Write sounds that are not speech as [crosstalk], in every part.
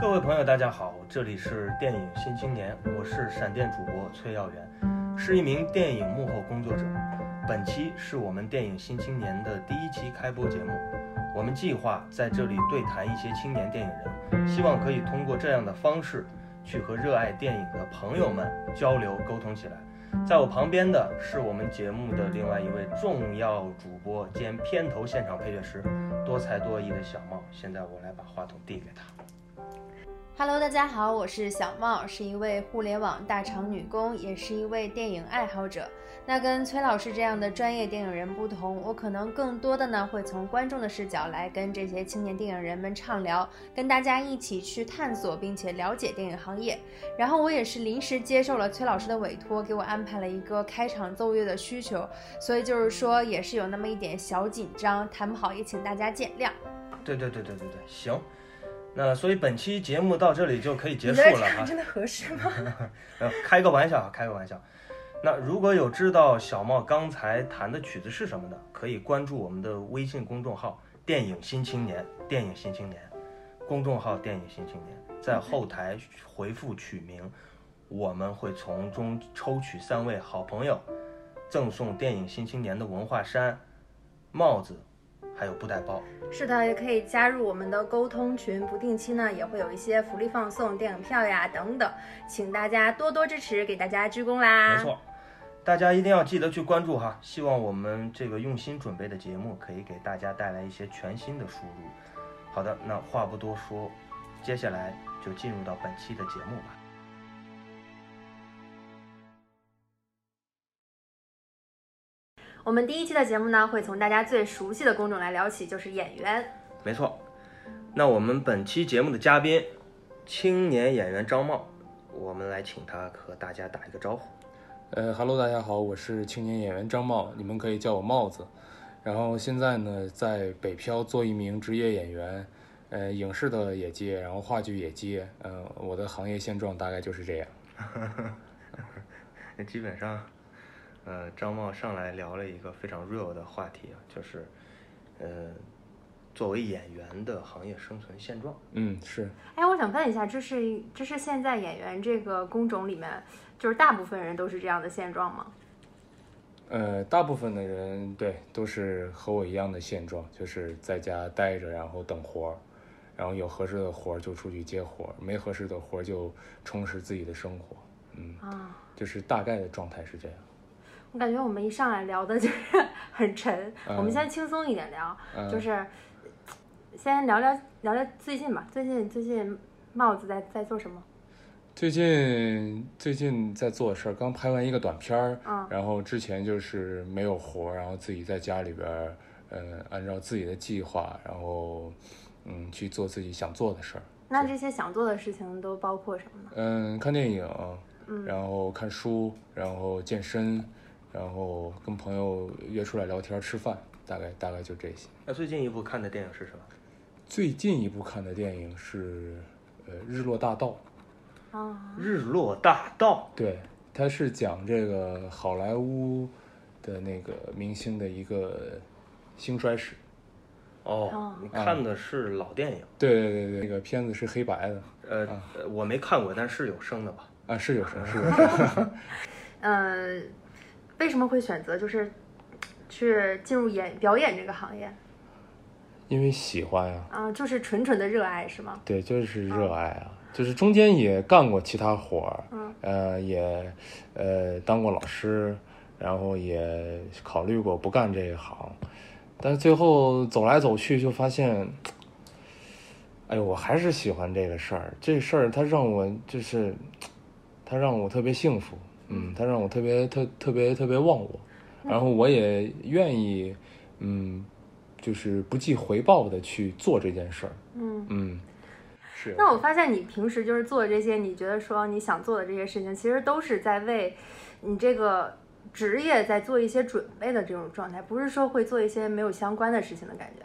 各位朋友，大家好，这里是电影新青年，我是闪电主播崔耀元，是一名电影幕后工作者。本期是我们电影新青年的第一期开播节目，我们计划在这里对谈一些青年电影人，希望可以通过这样的方式去和热爱电影的朋友们交流沟通起来。在我旁边的是我们节目的另外一位重要主播兼片头现场配乐师，多才多艺的小茂。现在我来把话筒递给他。 Hello，大家好，我是小茂，是一位互联网大厂女工，也是一位电影爱好者。那跟崔老师这样的专业电影人不同，我可能更多的呢会从观众的视角来跟这些青年电影人们畅聊，跟大家一起去探索并且了解电影行业。然后我也是临时接受了崔老师的委托，给我安排了一个开场奏乐的需求，所以就是说也是有那么一点小紧张，谈不好也请大家见谅。对对对对对对，行。那所以本期节目到这里就可以结你束在这了啊唱哈，真的合适吗？呃，开个玩笑啊，开个玩笑。那如果有知道小茂刚才弹的曲子是什么的，可以关注我们的微信公众号“电影新青年”，电影新青年，公众号“电影新青年”，在后台回复曲名，我们会从中抽取三位好朋友，赠送电影新青年的文化衫、帽子，还有布袋包。是的，也可以加入我们的沟通群，不定期呢也会有一些福利放送、电影票呀等等，请大家多多支持，给大家鞠躬啦！没，错，大家一定要记得去关注哈。希望我们这个用心准备的节目可以给大家带来一些全新的输入。好的，那话不多说，接下来就进入到本期的节目吧。我们第一期的节目呢会从大家最熟悉的工种来聊起，就是演员。没错，那我们本期节目的嘉宾，青年演员张茂，我们来请他和大家打一个招呼。呃哈喽，大家好，我是青年演员张茂，你们可以叫我帽子。然后现在呢，在北漂做一名职业演员，呃，影视的也接，然后话剧也接，呃，我的行业现状大概就是这样。 [laughs] 那基本上，呃，张茂上来聊了一个非常 real 的话题啊，就是，呃，作为演员的行业生存现状。嗯，是，哎，我想问一下，这是这是现在演员这个工种里面，就是大部分人都是这样的现状吗？呃，大部分的人对都是和我一样的现状，就是在家待着，然后等活儿，然后有合适的活儿就出去接活儿，没合适的活儿就充实自己的生活。嗯，啊，就是大概的状态是这样。我感觉我们一上来聊的就是 [laughs] 很沉，我们嗯先轻松一点聊，嗯、就是先聊聊聊聊最近吧，最近最近帽子在在做什么？最近最近在做的事儿，刚拍完一个短片儿，嗯然后之前就是没有活儿，然后自己在家里边儿，呃，按照自己的计划，然后嗯去做自己想做的事儿，那这些想做的事情都包括什么呢？嗯，看电影，嗯然后看书，然后健身，然后跟朋友约出来聊天儿吃饭，大概大概就这些。那最近一部看的电影是什么？啊最近一部看的电影是呃《日落大道》。啊， 《日落大道对，他是讲这个好莱坞的那个明星的一个兴衰史。》哦哦，你看的是老电影，对对对对，那个片子是黑白的呃，呃我没看过，但是有声的吧？啊，是有声是有声。呃，为什么会选择就是去进入演表演这个行业因为喜欢啊，啊？就是纯纯的热爱是吗？对，就是热爱啊，就是中间也干过其他活儿，嗯呃，也呃当过老师，然后也考虑过不干这一行，但是最后走来走去就发现，哎呦，我还是喜欢这个事儿，这事儿它让我就是，它让我特别幸福，嗯，它让我特别特特别特别忘我，然后我也愿意，嗯，就是不计回报的去做这件事儿，嗯。嗯，是。那我发现你平时就是做这些，你觉得说你想做的这些事情，其实都是在为你这个职业在做一些准备的这种状态，不是说会做一些没有相关的事情的感觉。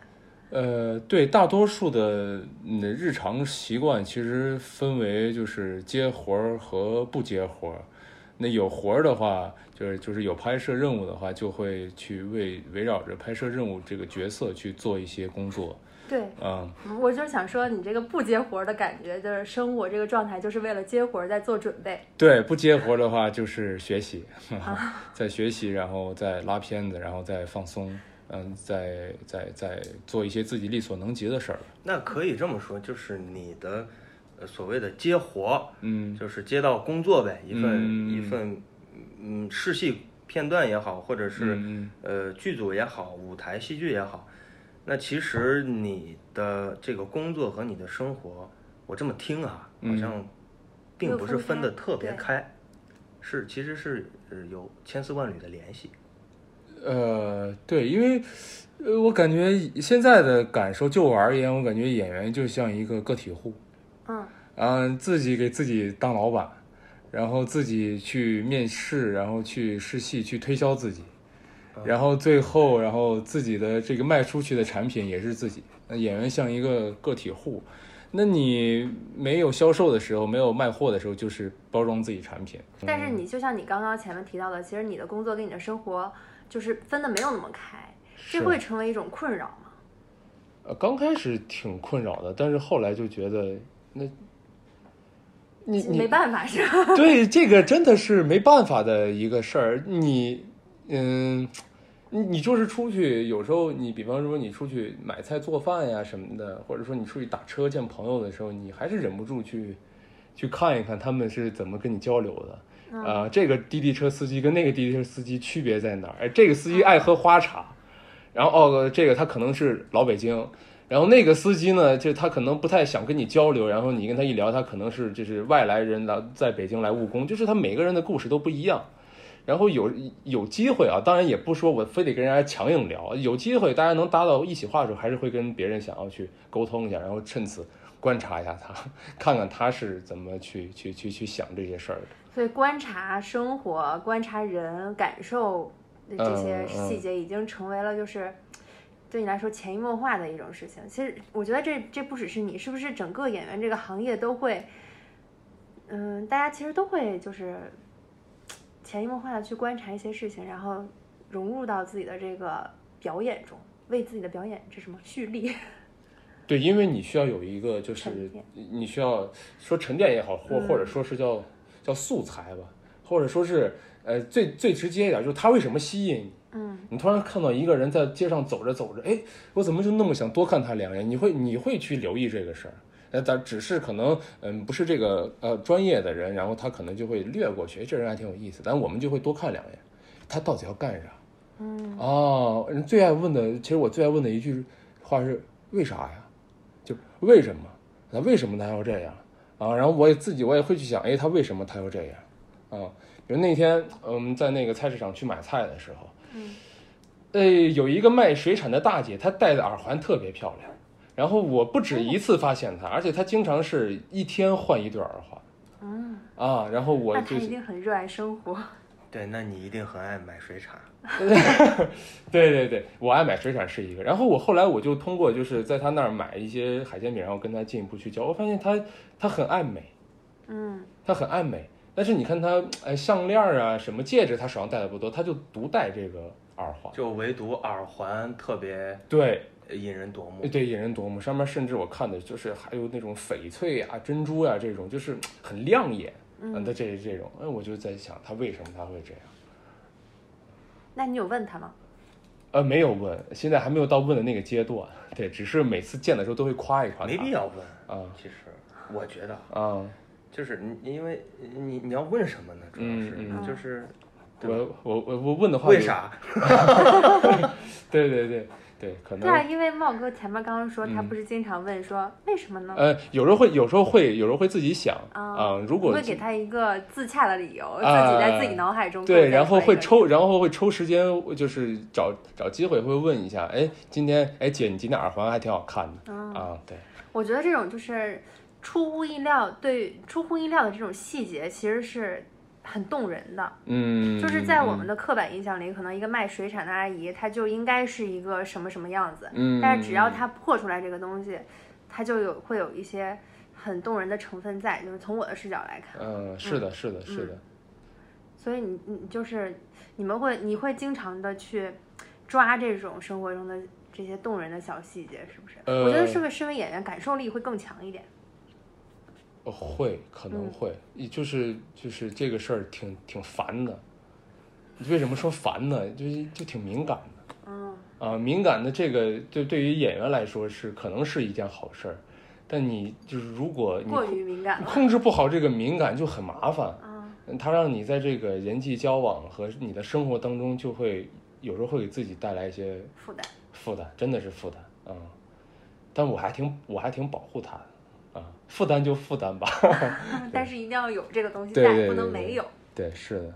呃，对，大多数的你的日常习惯其实分为就是接活儿和不接活儿。那有活儿的话，就是就是有拍摄任务的话，就会去为围绕着拍摄任务这个角色去做一些工作。对，嗯，我就是想说，你这个不接活儿的感觉，就是生活这个状态，就是为了接活儿在做准备。对，不接活儿的话就是学习，在学习，然后再拉片子，然后再放松，嗯，再再再做一些自己力所能及的事儿。那可以这么说，就是你的呃所谓的接活，嗯，就是接到工作呗，一份、嗯一份，嗯，试戏片段也好，或者是、嗯呃剧组也好，舞台戏剧也好，那其实你的这个工作和你的生活，我这么听啊，好像并不是分的特别开，是其实是呃有千丝万缕的联系。呃，对，因为呃，我感觉现在的感受，就我而言，我感觉演员就像一个个体户，嗯，嗯，自己给自己当老板，然后自己去面试，然后去试戏，去推销自己，然后最后，然后自己的这个卖出去的产品也是自己。那演员像一个个体户，那你没有销售的时候，没有卖货的时候，就是包装自己产品。但是你就像你刚刚前面提到的，其实你的工作跟你的生活就是分的没有那么开，这是会成为一种困扰吗？呃，刚开始挺困扰的，但是后来就觉得那，你你没办法是吧？对，这个真的是没办法的一个事儿。你，嗯，你你就是出去，有时候你比方说你出去买菜做饭呀什么的，或者说你出去打车见朋友的时候，你还是忍不住去去看一看他们是怎么跟你交流的。嗯啊、这个滴滴车司机跟那个滴滴车司机区别在哪儿？哎，这个司机爱喝花茶，然后哦，这个他可能是老北京，然后那个司机呢，就他可能不太想跟你交流，然后你跟他一聊，他可能是就是外来人来在北京来务工，就是他每个人的故事都不一样。然后有有机会啊，当然也不说我非得跟人家强硬聊，有机会大家能搭到一起话的时候，还是会跟别人想要去沟通一下，然后趁此观察一下他，看看他是怎么去去去去想这些事儿的。所以观察生活、观察人、感受的这些嗯嗯细节，已经成为了就是对你来说潜移默化的一种事情。其实我觉得这这不只是你，是不是整个演员这个行业都会，嗯，大家其实都会就是潜移默化的去观察一些事情，然后融入到自己的这个表演中，为自己的表演这什么蓄力？对，因为你需要有一个，就沉是淀嗯你需要说沉淀也好，或或者说是叫叫素材吧，或者说是呃最最直接一点，就是他为什么吸引你？嗯，你突然看到一个人在街上走着走着，哎，我怎么就那么想多看他两眼？你会你会去留意这个事儿。那咱只是可能，嗯，不是这个呃专业的人，然后他可能就会略过去，哎这人还挺有意思，但我们就会多看两眼，他到底要干啥？嗯，哦，人最爱问的，其实我最爱问的一句话是为啥呀？就是为什么？那为什么他要这样啊？然后我也自己我也会去想，哎，他为什么他要这样啊？比如那天我们在那个菜市场去买菜的时候，呃，有一个卖水产的大姐，她戴的耳环特别漂亮。然后我不止一次发现她，而且她经常是一天换一对耳环。啊，然后我那他就一定很热爱生活。对，那你一定很爱买水产。对对对，我爱买水产是一个。然后我后来我就通过就是在她那儿买一些海鲜品，然后跟她进一步去交，我发现她她很爱美，嗯，她很爱美。但是你看她，哎，项链儿啊，什么戒指，她手上戴的不多，她就独戴这个耳环。就唯独耳环特别对，引人夺目。对，引人夺目。上面甚至我看的就是还有那种翡翠啊、珍珠啊这种，就是很亮眼。嗯，的这这种，哎，我就在想他为什么他会这样？那你有问他吗？呃，没有问，现在还没有到问的那个阶段。对，只是每次见的时候都会夸一夸他。没必要问啊。其实我觉得啊，啊，就是你，因为你你要问什么呢？主要是、嗯嗯就是对我我我我问的话，为？啥？对对对对，可能对啊，因为茂哥前面刚刚说他嗯不是经常问说为什么呢？呃，有时候会，有时候会，有时候会自己想啊啊。如你果会给他一个自洽的理由，啊自己在自己脑海中构对，建然后出来会一个抽，然后会抽时间，就是找找机会会问一下，哎，今天哎姐，你今天耳环还挺好看的、啊，对，我觉得这种就是出乎意料，对出乎意料的这种细节，其实是很动人的。嗯，就是在我们的，的刻板印象里，可能一个卖水产的阿姨，她就应该是一个什么什么样子。嗯，但是只要她破出来这个东西，她就有会有一些很动人的成分在，就是从我的视角来看。嗯，是的，是的，是的，嗯所以你你就是你们会你会经常的去抓这种生活中的这些动人的小细节，是不是？呃我觉得是不是身为演员感受力会更强一点？呃会可能嗯会，一就是就是这个事儿挺挺烦的。为什么说烦呢？就是就挺敏感的。嗯啊，敏感的这个对对于演员来说是可能是一件好事儿，但你就是如果呃你过控于敏 [laughs] 感了。控制不好这个敏感就很麻烦，嗯它让你在这个人际交往和你的生活当中就会有时候会给自己带来一些负担。负担，真的是负担啊、嗯但我还挺我还挺保护他的啊，负担就负担吧。但是一定要有这个东西对在，对不能对对没有。对，是的，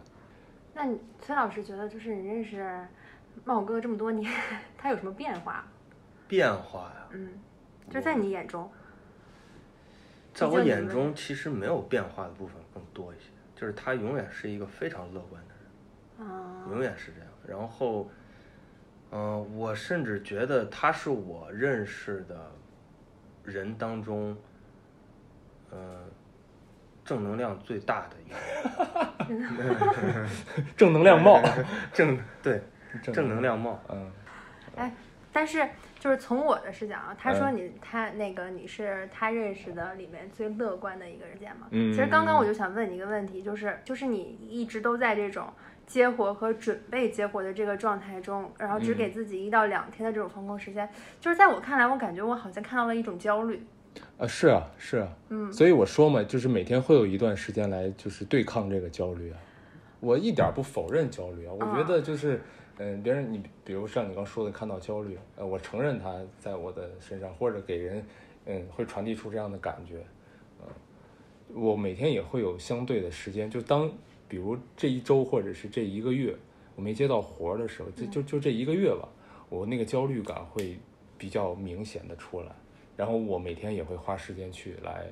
那你崔老师觉得，就是你认识茂哥这么多年， [laughs] 他有什么变化？变化呀、嗯，就在你眼中，在我毕竟你眼们中其实没有变化的部分更多一些，就是他永远是一个非常乐观的人。嗯永远是这样。然后，嗯、我甚至觉得他是我认识的人当中，呃，正能量最大的一个人正能量帽，正对正能量，量帽。嗯，但是就是从我的视角啊，他说嗯你、他那个你是他认识的里面最乐观的一个人见吗？嗯其实刚刚我就想问你一个问题，就是就是你一直都在这种接活和准备接活的这个状态中，然后只嗯给自己一到两天的这种放空时间，就是在我看来，我感觉我好像看到了一种焦虑。啊，是啊，是啊，嗯所以我说嘛，就是每天会有一段时间来就是对抗这个焦虑啊。我一点儿不否认焦虑啊，我觉得就是，嗯、别人你比如像你刚说的，看到焦虑，呃，我承认它在我的身上，或者给人，嗯，会传递出这样的感觉，嗯、我每天也会有相对的时间，就当比如这一周或者是这一个月我没接到活儿的时候，就就就这一个月吧，我那个焦虑感会比较明显的出来，然后我每天也会花时间去来，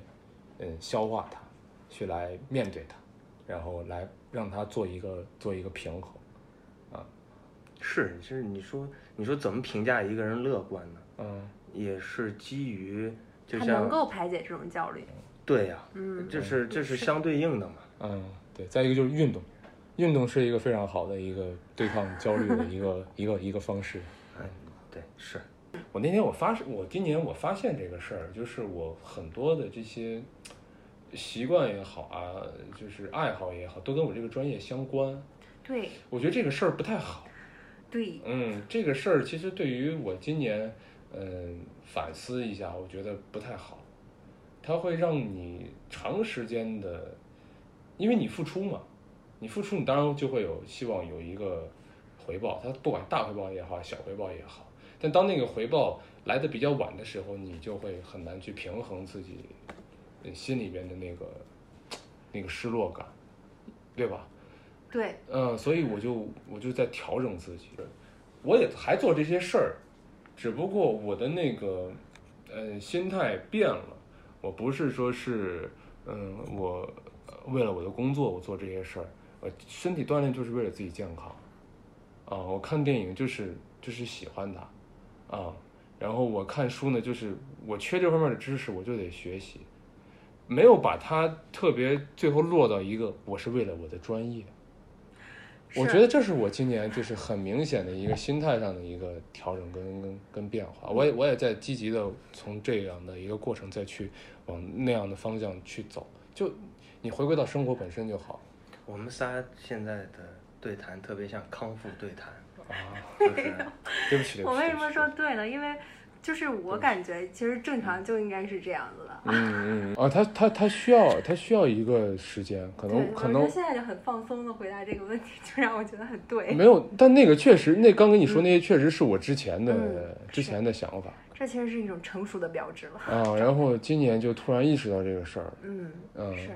嗯，消化它，去来面对它，然后来让它做一个做一个平衡。是，就是你说你说怎么评价一个人乐观呢？嗯也是基于就他能像够排解这种焦虑。对呀、嗯，这是这是相对应的嘛。嗯，对。再一个就是运动，运动是一个非常好的一个对抗焦虑的一个一个一个方式。对，是我那天我发现，我今年我发现这个事儿，就是我很多的这些习惯也好啊，就是爱好也好，都跟我这个专业相关。对我觉得这个事儿不太好。对，嗯，这个事儿其实对于我今年，嗯、反思一下，我觉得不太好。它会让你长时间的，因为你付出嘛，你付出，你当然就会有希望有一个回报。它不管大回报也好，小回报也好，但当那个回报来的比较晚的时候，你就会很难去平衡自己呃心里边的那个那个失落感，对吧？对，嗯，所以我就我就在调整自己，我也还做这些事儿，只不过我的那个呃心态变了，我不是说是嗯我呃为了我的工作我做这些事儿，呃身体锻炼就是为了自己健康，啊、我看电影就是就是喜欢它，啊、然后我看书呢就是我缺这方面的知识我就得学习，没有把它特别最后落到一个我是为了我的专业。我是觉得这是我今年就是很明显的一个心态上的一个调整跟跟跟变化，我也我也在积极的从这样的一个过程再去往那样的方向去走，就你回归到生活本身就好我们仨现在的对谈特别像康复对 [laughs] 谈，啊。就是对不起，对不起。我为什么对不起说对呢？因为就是我嗯感觉其实正常就应该是这样子的。嗯嗯啊？他他他需要他需要一个时间，可对，能我可觉能得现在就很放松的回答这个问题，就让我觉得很对。没有，但那个确实，那刚跟你说那些确实是我之前的、嗯之前的想法这其实是一种成熟的标志了。啊。然后今年就突然意识到这个事儿，嗯，嗯，是，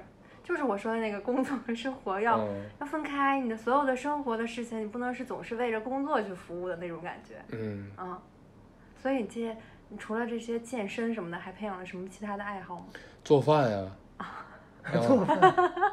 就是我说的那个工作和生活要、嗯要分开，你的所有的生活的事情，你不能是总是为着工作去服务的那种感觉。嗯。嗯，所以你这些，你除了这些健身什么的，还培养了什么其他的爱好吗？做饭呀、 [laughs] 做饭，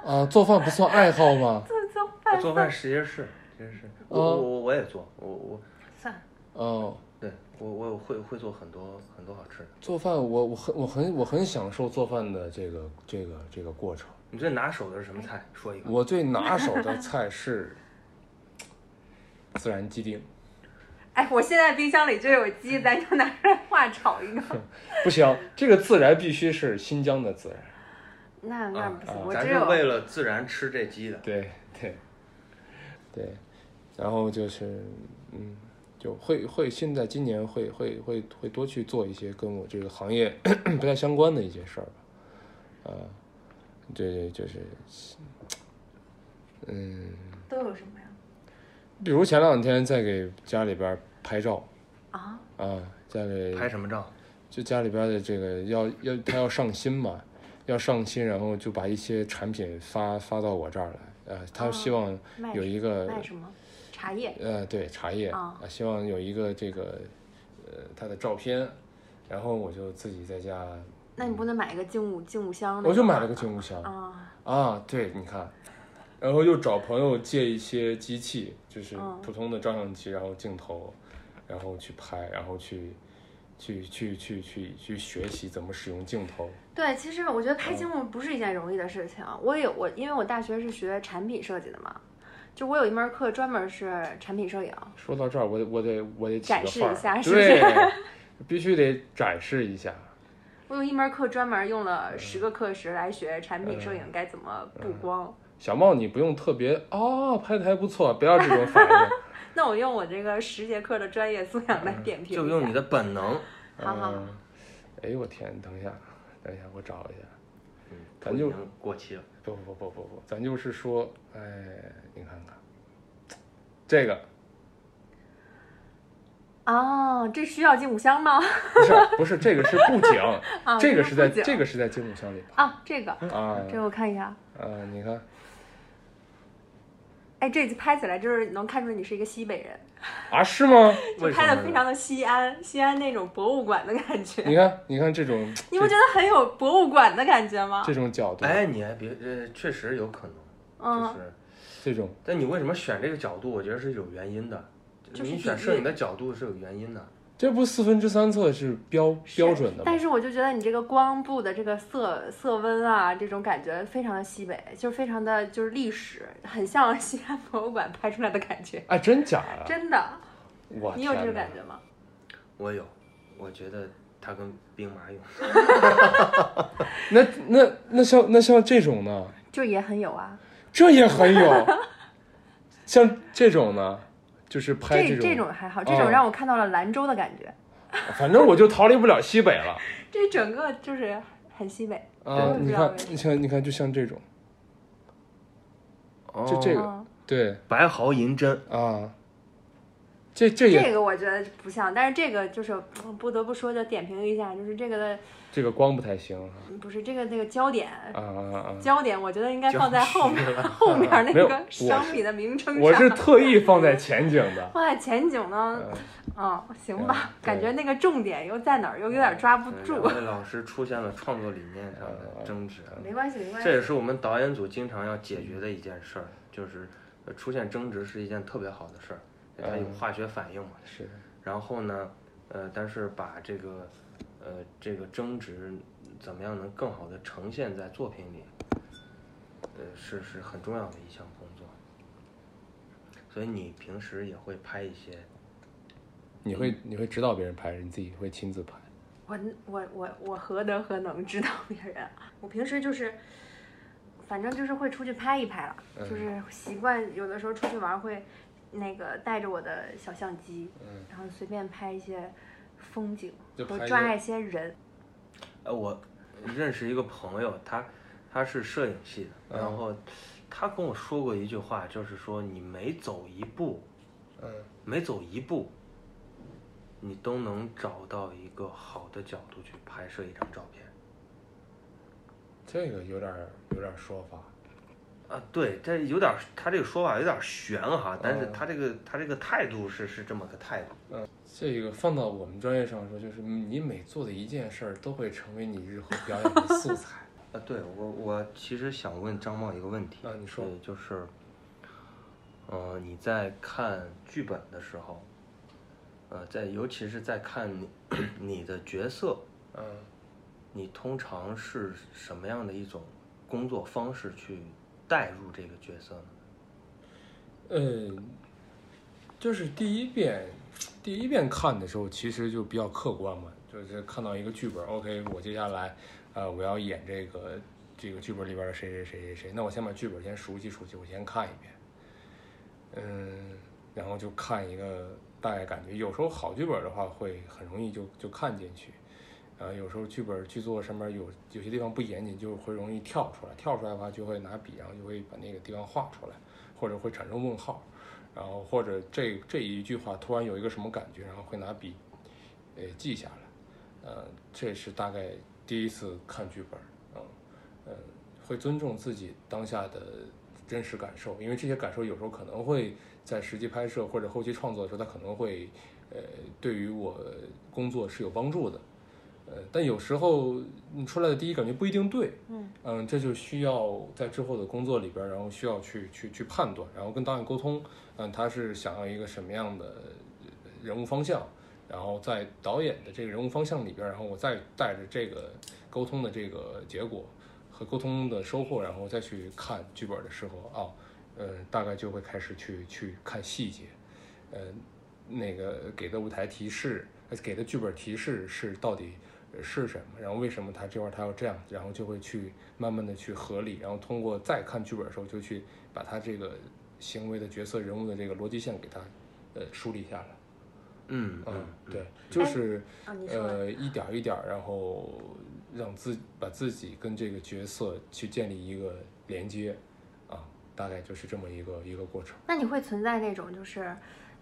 啊，做饭不算爱好吗？我做饭实验室，实验室，我哦我我我也做，我我算了，哦，对我我会会做很多很多好吃的。做饭我我很我很我很享受做饭的这个这个这个过程。你最拿手的是什么菜？说一个。我最拿手的 [laughs] 菜是孜然鸡丁，哎，我现在冰箱里就有鸡蛋，就拿出来化炒一个。 [laughs] 不行，这个孜然必须是新疆的孜然。那那不行，啊我咱只是有为了自然吃这鸡的，对对对，然后就是嗯，就会会现在今年会会会会多去做一些跟我这个行业 [clears throat] 不太相关的一些事儿吧，啊，对对，就是嗯，都有什么呀？比如前两天在给家里边儿拍照啊，啊，家里拍什么照？就家里边的这个要要他要上新嘛，要上新，然后就把一些产品发发到我这儿来，呃，他哦希望卖有一个、卖什么？茶叶。呃，对，茶叶啊啊，希望有一个这个呃他的照片，然后我就自己在家，那你不能买一个静物静物箱那种吗？我就买了个金乌箱啊，啊，对，你看，然后又找朋友借一些机器，就是嗯普通的照相机，然后镜头，然后去拍，然后去去去去去去学习怎么使用镜头，对，其实我觉得嗯拍静物不是一件容易的事情。我有我，因为我大学是学产品设计的嘛，就我有一门课专门是产品摄影。说到这儿，我得我得我得起展个示范儿一下是不是对， [laughs] 必须得展示一下。我有一门课专门用嗯了十个课时来学产品摄影该怎么布光。小茂，你不用特别哦，拍的还不错，不要这种反应。那我用我这个十节课的专业素养来点评一下。嗯就用你的本能，好好好嗯，哎，我天，等一下，等一下，我找一下。嗯，咱就已经过期了。不不不不不不，咱就是说，哎，你看看这个，哦，这需要进五箱吗？不是不是这个是布景， [laughs] 啊，这个是在不仅这个是在金木箱里啊，这嗯个，啊这个我看一下。啊，你看，哎，这拍起来就是能看出你是一个西北人，啊是吗？就为什么拍的呢非常的西安，西安那种博物馆的感觉。你看你看这 [laughs] 种你不觉这得很有博物馆的感觉吗这？种角度，哎，你还别，呃，确实有可能，就嗯，是，这种但你为什么选这个角度？我觉得是有原因的。就是你比选喻摄影的角度是有原因的，这不四分之三侧是标标准的吗但？是我就觉得你这个光部的这个色色温啊，这种感觉非常的西北，就是非常的就是历史，很像 [laughs] 西安博物馆拍出来的感觉。哎，真假呀、真的，我你有这天种哪感觉吗？我有，我觉得它跟兵马俑，那那那像那像这种呢，就也很有啊，这也很 [laughs] 有。像这种呢，就是拍这种，这种还好，这种哦让我看到了兰州的感觉，反正我就逃离不了西北了这整个就是很西北。啊！对你我看也不知道为什，么你看，你看，就像这种，就这个，嗯，对白毫银针，啊，这这也这个我觉得不像，但是这个就是嗯不得不说的点评一下，就是这个的这个光不太行嗯不是这个那个焦点，啊啊啊！焦点我觉得应该放在后面 [laughs] 后面那嗯没有个我是商品的名称上。我是特意放在前景 [laughs] 的，放在前景呢，嗯嗯，行吧嗯，对感觉那个重点又在哪儿，又有点抓不对住两。位老师出现了创作理念上的争执，啊没关系，没关这系。也是我们导演组经常要解决的一件事儿，就是呃出现争执是一件特别好的事儿，它有嗯化学反应嘛。是然后呢，呃，但是把这个呃这个争执怎么样能更好的呈现在作品里，呃，是是很重要的一项工作。所以你平时也会拍一些，你会嗯你会指导别人拍，你自己会亲自拍。我我我我何德何能知道别人啊？ [laughs] 我平时就是，反正就是会出去拍一拍了，嗯就是习惯有的时候出去玩会那个带着我的小相机，嗯，然后随便拍一些风景就和拍一抓个一些人。呃，我认识一个朋友，他他是摄影系的，然嗯后他跟我说过一句话，就是说你每走一步，嗯，每走一步，你都能找到一个好的角度去拍摄一张照片。这个有点儿有点儿说法。啊，对，这有点儿，他这个说法有点儿悬哈，但是嗯他这个他这个态度是是这么个态度，这个放到我们专业上说，就是你每做的一件事儿都会成为你日后表演的素材。呃，对我我其实想问张茂一个问题，啊你说对就是，呃，你在看剧本的时候，呃，在尤其是在看你你的角色，嗯，你通常是什么样的一种工作方式去带入这个角色呢？呃，就是第一遍，第一遍看的时候，其实就比较客观嘛，就是看到一个剧本，OK，我接下来，呃，我要演这个这个剧本里边的谁谁谁谁谁，那我先把剧本先熟悉熟悉，我先看一遍，嗯，然后就看一个大概感觉。有时候好剧本的话，会很容易就就看进去，然后有时候剧本剧作上面有有些地方不严谨，就会容易跳出来，跳出来的话就会拿笔，然后就会把那个地方画出来。或者会产生问号，然后或者这这一句话突然有一个什么感觉，然后会拿笔，呃，记下来，呃，这是大概第一次看剧本，嗯，呃，会尊重自己当下的真实感受，因为这些感受有时候可能会在实际拍摄或者后期创作的时候，它可能会，呃，对于我工作是有帮助的，呃，但有时候你出来的第一感觉不一定对，嗯，这就需要在之后的工作里边儿，然后需要去去去判断，然后跟导演沟通，嗯，他是想要一个什么样的呃人物方向，然后在导演的这个人物方向里边儿，然后我再带着这个沟通的这个结果和沟通的收获，然后再去看剧本的时候啊，呃，大概就会开始去去看细节，呃，那个给的舞台提示，呃给的剧本提示是到底呃是什么，然后为什么他这块儿他要这样，然后就会去慢慢的去合理，然后通过再看剧本的时候，就去把他这个行为的角色人物的这个逻辑线给他呃梳理下来。嗯嗯，对，就是。啊，你说，呃，一点儿一点儿，然后让自把自己跟这个角色去建立一个连接，啊，大概就是这么一个一个过程。那你会存在那种就是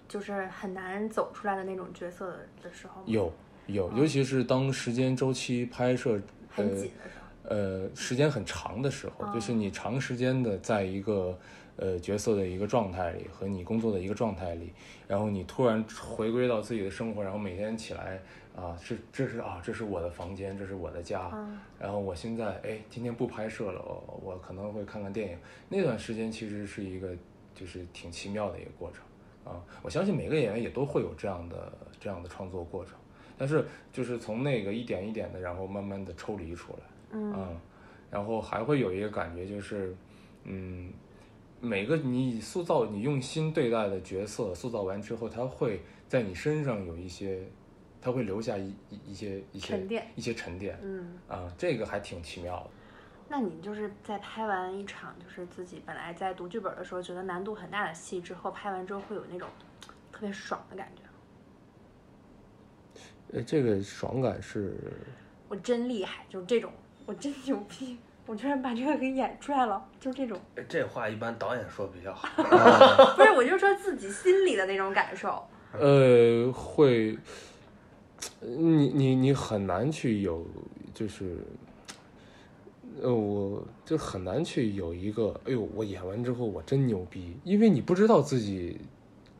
就是很难走出来的那种角色的时候吗？有有，尤其是当时间周期拍摄，呃很紧的时候。呃，时间很长的时候，就是你长时间的在一个呃角色的一个状态里和你工作的一个状态里，然后你突然回归到自己的生活，然后每天起来啊，这这是啊，这是我的房间，这是我的家，嗯然后我现在哎，今天不拍摄了，我我可能会看看电影。那段时间其实是一个就是挺奇妙的一个过程啊。我相信每个演员也都会有这样的这样的创作过程，但是就是从那个一点一点的，然后慢慢的抽离出来嗯，啊。然后还会有一个感觉就是，嗯，每个你塑造你用心对待的角色，塑造完之后，他会在你身上有一些，他会留下一一一些一些沉淀一些沉淀。嗯，啊，这个还挺奇妙的。那你就是在拍完一场就是自己本来在读剧本的时候觉得难度很大的戏之后，拍完之后会有那种特别爽的感觉。呃，这个爽感是，我真厉害，就是这种，我真牛逼，我居然把这个给演出来了，就这 [laughs] 种。呃这话一般导演说比较好。不是，我就说自己心里的那种感受。呃，会，呃你你你很难去有，就是，呃，我就很难去有一个，哎呦，我演完之后我真牛逼，因为你不知道自己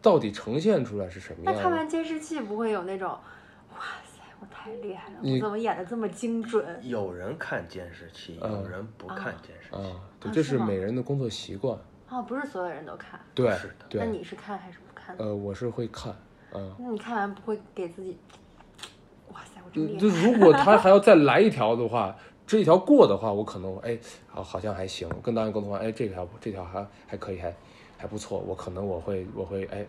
到底呈现出来是什么那看样的。完监视器不会有那种，哇塞，我太厉害了，你我怎么演的这么精准？有人看监视器，嗯有人不看监视器。啊，对，啊这是是吗每人的工作习惯。哦，不是所有人都看，对是的那对，你是看还是不看？呃，我是会看，啊。那你看完不会给自己，哇塞，我真嗯厉就害。如果他还要再来一条的话，这一条过的话，我可能哎，好好像还行。跟导演沟通完，哎，这条这条还还可以，还还不错。我可能我会我会哎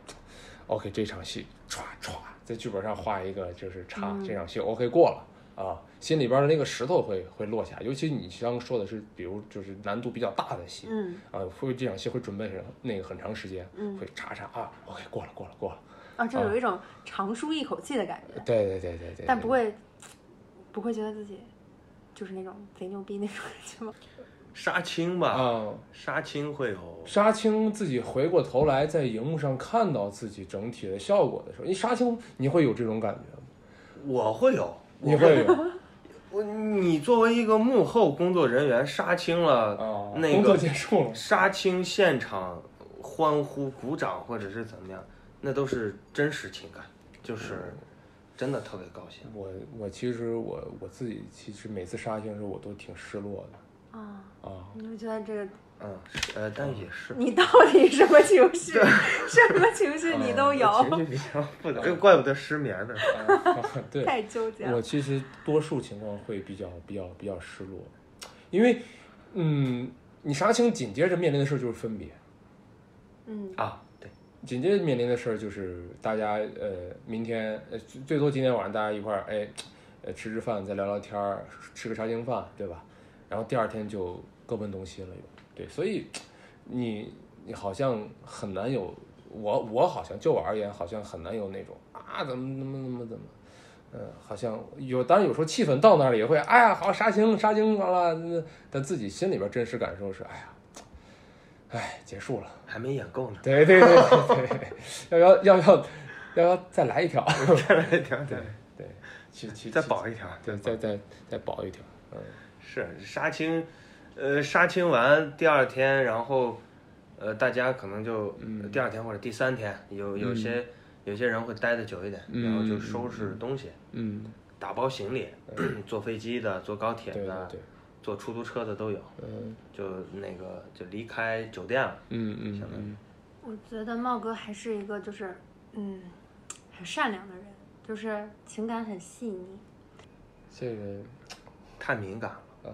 ，OK 这场戏歘歘在剧本上画一个就是叉，嗯这场戏 OK 过了啊，心里边的那个石头会会落下。尤其你刚刚说的是，比如就是难度比较大的戏，嗯啊，会这场戏会准备很那个很长时间，嗯会，叉叉啊，OK 过了过了过了。啊，就有一种长舒一口气的感觉，对对对对对，但不对会不会觉得自己就是那种贼牛逼那种感觉吗？ [laughs] 杀青吧，啊。杀青会有杀青自己回过头来在荧幕上看到自己整体的效果的时候，你杀青你会有这种感觉吗？我会有，你会有我你作为一个幕后工作人员，杀青了， [laughs] 啊，那个工作结束了，杀青现场欢呼、鼓掌或者是怎么样，那都是真实情感，嗯就是真的特别高兴。我我其实我我自己其实每次杀青的时候我都挺失落的，啊，我觉得这个嗯，是呃，但也是你到底什么情绪， [laughs] 什么情绪你嗯都有，情绪比 [laughs] 较复杂，怪不得失眠呢。啊 [laughs] 对，太纠结了我。其实多数情况会比较比较比较失落，因为，嗯，你杀青紧接着面临的事儿就是分别，嗯啊，对，紧接着面临的事儿就是大家呃，明天呃最最多今天晚上大家一块儿哎，呃吃吃饭再聊聊天儿，吃个杀青饭对吧？然后第二天就各奔东西了又，对，所以你你好像很难有我我好像就我而言好像很难有那种啊怎么怎么怎么怎么。嗯，好像有，当然有时候气氛到那儿了也会，哎呀，好杀青，杀青完了，嗯但自己心里边真实感受是，哎呀，哎，结束了。还没演 [laughs] 够呢，对对对对对，要要要要要要再来一条，再来一条，再来对，去去再保，一条，对，再再再再保一条，嗯，是杀青，呃，杀青完第二天，然后，呃，大家可能就、嗯第二天或者第三天，有有嗯些、有些人会待的久一点，嗯然后就收拾东西，嗯，打包行李， [clears throat] 坐飞机的，坐高铁对对的，对，坐出租车的都有，嗯就那个就离开酒店了。嗯嗯嗯，我觉得茂哥还是一个就是嗯很善良的人，就是情感很细腻。这个，太敏感了，嗯，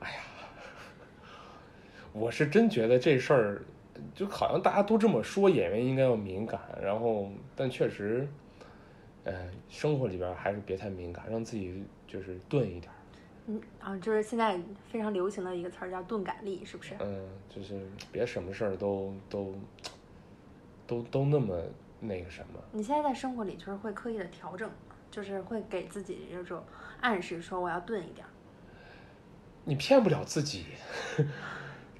哎呀，我是真觉得这事儿，就好像大家都这么说，演员应该要敏感，然后但确实，呃，生活里边还是别太敏感，让自己就是钝一点儿，嗯啊，就是现在非常流行的一个词儿叫钝感力，是不是？嗯，就是别什么事儿都都都都那么那个什么，你现在在生活里就是会刻意的调整吗，就是会给自己这种暗示，说我要钝一点儿。你骗不了自己，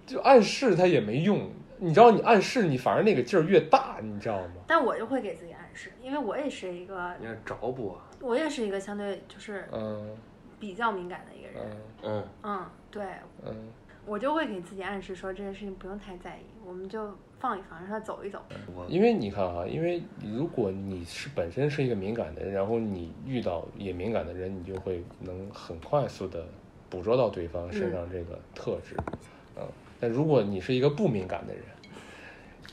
就暗示它也没用。你知道，你暗示你反而那个劲儿越大，你知道吗？但我就会给自己暗示，因为我也是一个，你看着补，啊我也是一个相对就是嗯比较敏感的一个人。嗯嗯，嗯，对，嗯，我就会给自己暗示说这件事情不用太在意，我们就放一放，让它走一走。我因为你看啊，因为如果你是本身是一个敏感的人，然后你遇到也敏感的人，你就会能很快速的捕捉到对方身上这个特质，嗯。但如果你是一个不敏感的人，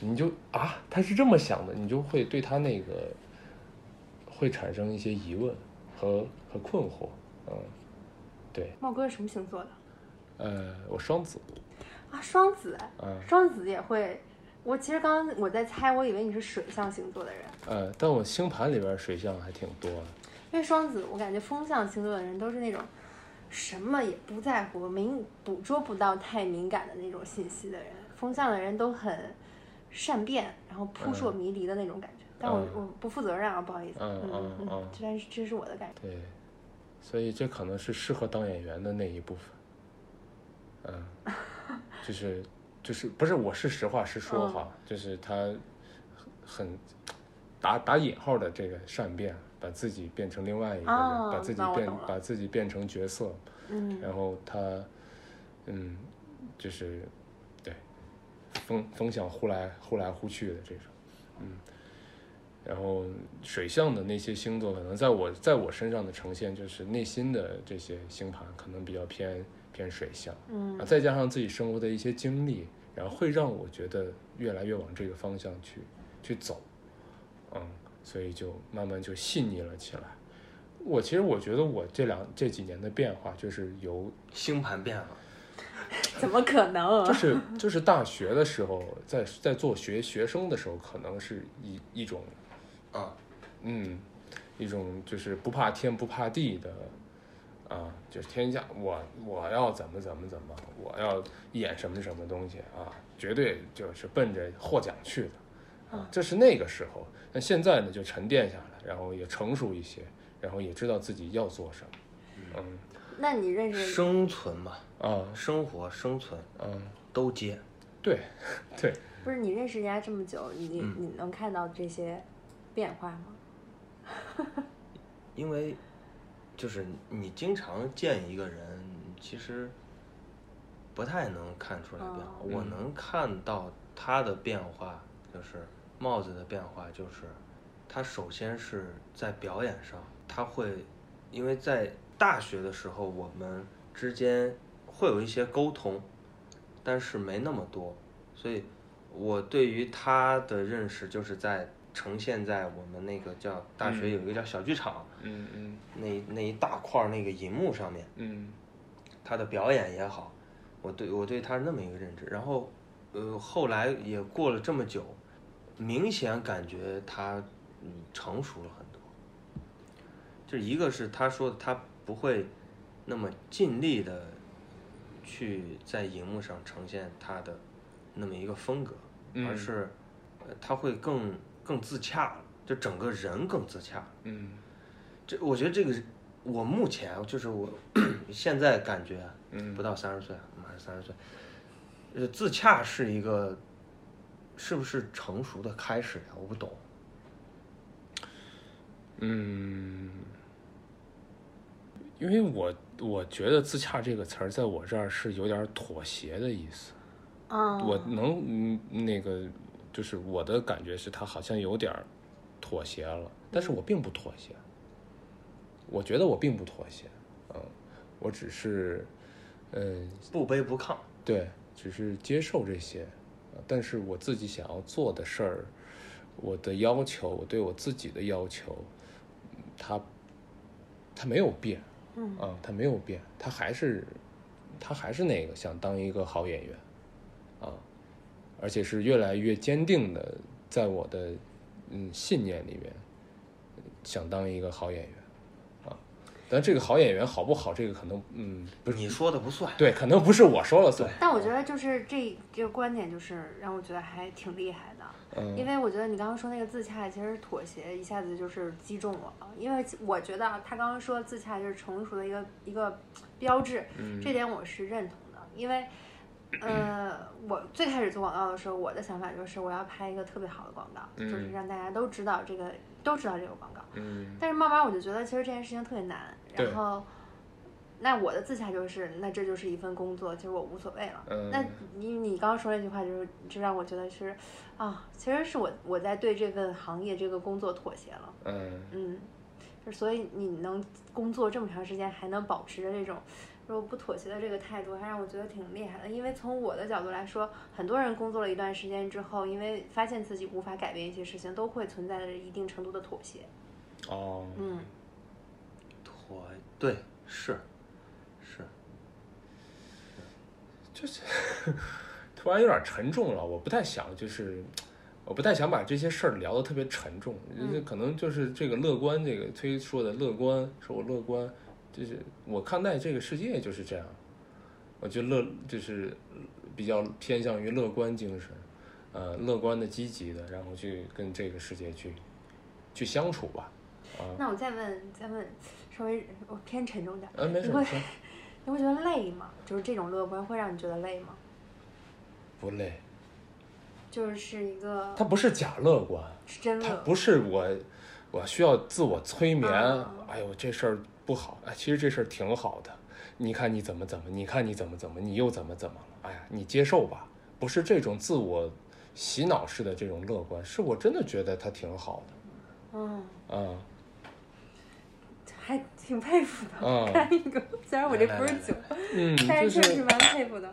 你就啊，他是这么想的，你就会对他那个会产生一些疑问和和困惑，嗯，对，茂哥是什么星座的？呃，我双子，啊，双子，嗯双子也会。我其实刚刚我在猜，我以为你是水象星座的人，呃，但我星盘里边水象还挺多的，因为双子，我感觉风象星座的人都是那种什么也不在乎、敏捕捉不到太敏感的那种信息的人。风象的人都很善变，然后扑朔迷离的那种感觉。但我、嗯我不负责任啊，不好意思。嗯嗯嗯嗯这但是这是我的感觉。对，所以这可能是适合当演员的那一部分，嗯，就是就是不是我是实话实说哈，嗯就是他很打打引号的这个善变，把自己变成另外一个人，哦把自己那我变懂了把自己变成角色，嗯，然后他嗯就是对风风向呼来呼来呼去的这种，嗯，然后水象的那些星座，可能在我在我身上的呈现就是内心的这些星盘，可能比较偏偏水象，嗯啊，再加上自己生活的一些经历，然后会让我觉得越来越往这个方向去去走，嗯，所以就慢慢就细腻了起来。我其实我觉得我这两这几年的变化，就是由星盘变了，怎么可能啊就？是就是大学的时候，在在做学学生的时候，可能是一一种，啊，嗯，一种就是不怕天不怕地的，啊，就是天下我我要怎么怎么怎么，我要演什么什么东西啊，绝对就是奔着获奖去的，啊，这是那个时候。那现在呢，就沉淀下来，然后也成熟一些，然后也知道自己要做什么， [laughs] 那你认识生存嘛，嗯啊生活生存嗯，都接，对对，不是你认识人家这么久，你、嗯你能看到这些变化吗？因为就是你经常见一个人，其实不太能看出来变化。哦我能看到他的变化，就是帽子的变化，就是他首先是在表演上，他会因为在大学的时候，我们之间会有一些沟通，但是没那么多，所以我对于他的认识就是在呈现在我们那个叫大学有一个叫小剧场、嗯嗯那那一大块儿那个银幕上面，嗯他的表演也好，我对我对他是那么一个认知。然后，呃，后来也过了这么久，明显感觉他嗯成熟了很多。就一个是他说他不会那么尽力的去在荧幕上呈现他的那么一个风格，嗯而是呃他会更更自洽了，就整个人更自洽了。嗯这我觉得这个是我目前啊就是我 [clears throat] 现在感觉啊，嗯不到三十岁啊，马上三十岁，呃，自洽是一个是不是成熟的开始呀、我不懂，嗯，因为我我觉得“自洽”这个词儿在我这儿是有点妥协的意思。嗯，我能嗯那个，就是我的感觉是他好像有点儿妥协了，但是我并不妥协。我觉得我并不妥协，嗯，我只是，嗯，不卑不亢。对，只是接受这些，呃但是我自己想要做的事儿，我的要求，我对我自己的要求，嗯它它没有变，嗯啊，它没有变，它还是它还是那个想当一个好演员，啊，而且是越来越坚定的在我的嗯信念里面，想当一个好演员，啊，但这个好演员好不好，这个可能嗯不是你说的不算，对，可能不是我说了算。但我觉得就是这这个观点，就是让我觉得还挺厉害的。因嗯为我觉得你刚刚说那个自洽，其实妥协一下子就是击中我了。因为我觉得啊他刚刚说自洽就是成熟的一个一个标志，嗯这点我是认同的。因为，呃，我最开始做广告的时候，我的想法就是我要拍一个特别好的广告，就是嗯让大家都知道这个，都知道这个广告。嗯但是慢慢我就觉得，其实这件事情特别难。对然后，那我的自洽就是，那这就是一份工作，其实我无所谓了。嗯那你你刚刚说那句话，就是就让我觉得是，啊，其实是我我在对这份行业这个工作妥协了。嗯嗯，就所以你能工作这么长时间，还能保持着这种。如果不妥协的这个态度，还让我觉得挺厉害的。因为从我的角度来说，很多人工作了一段时间之后，因为发现自己无法改变一些事情，都会存在着一定程度的妥协。哦，嗯，妥对是是，突然有点沉重了，我不太想就是。我不太想把这些事儿聊得特别沉重，嗯这可能就是这个乐观，这个崔说的乐观，说我乐观，就是我看待这个世界就是这样，我觉得乐就是比较偏向于乐观精神，呃，乐观的、积极的，然后去跟这个世界去去相处吧，啊，那我再问，再问，稍微我偏沉重点儿，呃，没事，不会你说你会觉得累吗？就是这种乐观会让你觉得累吗？不累，就是是一个它不是假乐观，是真他乐，不是我，我需要自我催眠。啊哎呦，这事儿不好，哎，其实这事儿挺好的。你看你怎么怎么，你看你怎么怎么，你又怎么怎么了？哎呀，你接受吧，不是这种自我洗脑式的这种乐观，是我真的觉得他挺好嗯，的。啊、还挺佩服的。 [laughs] 嗯看一个，虽哎然我这不来来是来酒，嗯，但就是确实是蛮佩服的。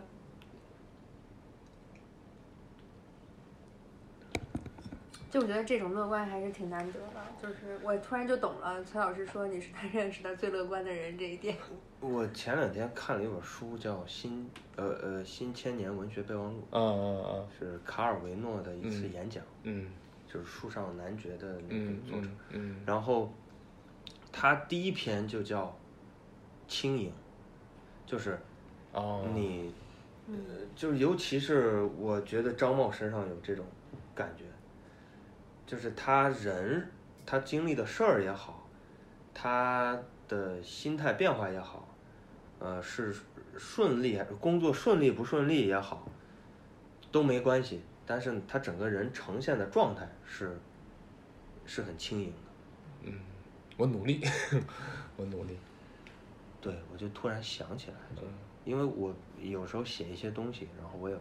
就我觉得这种乐观还是挺难得的，就是我突然就懂了崔老师说你是他认识的最乐观的人这一点。我前两天看了一本书，叫《新呃呃新千年文学备忘录嗯嗯嗯》，是卡尔维诺的一次嗯演讲，嗯就是树上男爵的那个嗯作者。嗯嗯然后他第一篇就叫《轻盈》，就是哦，你，呃嗯，就是尤其是我觉得张茂身上有这种感觉，就是他人他经历的事儿也好，他的心态变化也好，呃，是顺利工作顺利不顺利也好，都没关系，但是他整个人呈现的状态是是很轻盈的。我努力， [laughs] 我努力。对，我就突然想起来，嗯因为我有时候写一些东西，然后我也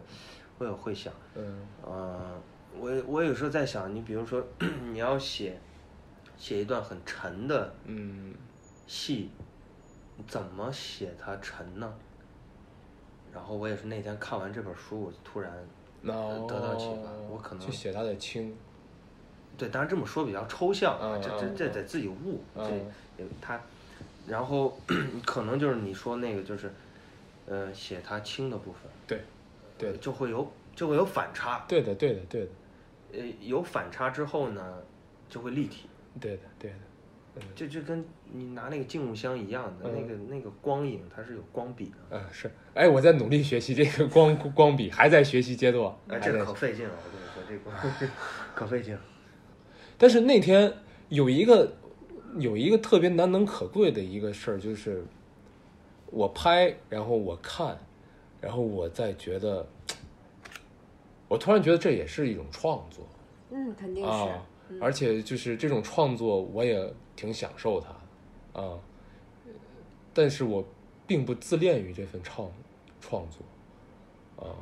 我也会想，嗯呃，我也我有时候在想，你比如说 [clears throat] 你要写写一段很沉的嗯戏，怎么写它沉呢？然后我也是那天看完这本书，我突然那得到启发我可能就写他的亲，对，当然这么说比较抽象啊，嗯这嗯这这得自己悟，嗯这也呃他，然后 [clears throat] 可能就是你说那个就是，呃，写他轻的部分，呃对，对的，就会有就会有反差，对的，对的，对的，呃，有反差之后呢，就会立体，对的，对的，就就跟你拿那个静物箱一样的，嗯那个那个光影它是有光比的，嗯，是，哎，我在努力学习这个光光笔，还在学习阶段，哎，还这在可费劲了，我跟你说这 [laughs] 个 [laughs] 可费劲了，但是那天有一个有一个特别难能可贵的一个事儿，就是我拍，然后我看，然后我再觉得，我突然觉得这也是一种创作嗯，肯定是。啊，而且就是这种创作我也挺享受它啊，但是我并不自恋于这份创创作啊。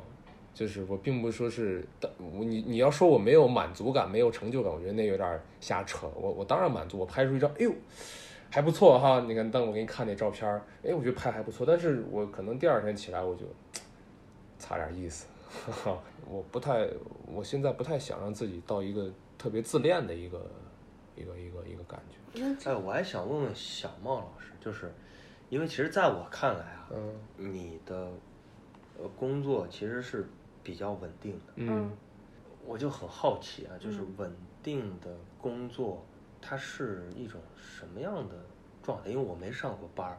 就是我并不说是，但我你你要说我没有满足感、没有成就感，我觉得那有点儿瞎扯。我我当然满足，我拍出一张，哎呦，还不错哈。你看，当我给你看那照片儿，哎，我觉得拍还不错，但是我可能第二天起来我就差点意思。 [laughs] 我不太，我现在不太想让自己到一个特别自恋的一个一个一个一个感觉。哎，我还想问问小茂老师，就是因为其实在我看来啊，嗯你的呃工作其实是比较稳定的，嗯我就很好奇啊，就是嗯稳定的工作，它是一种什么样的状态？因为我没上过班儿，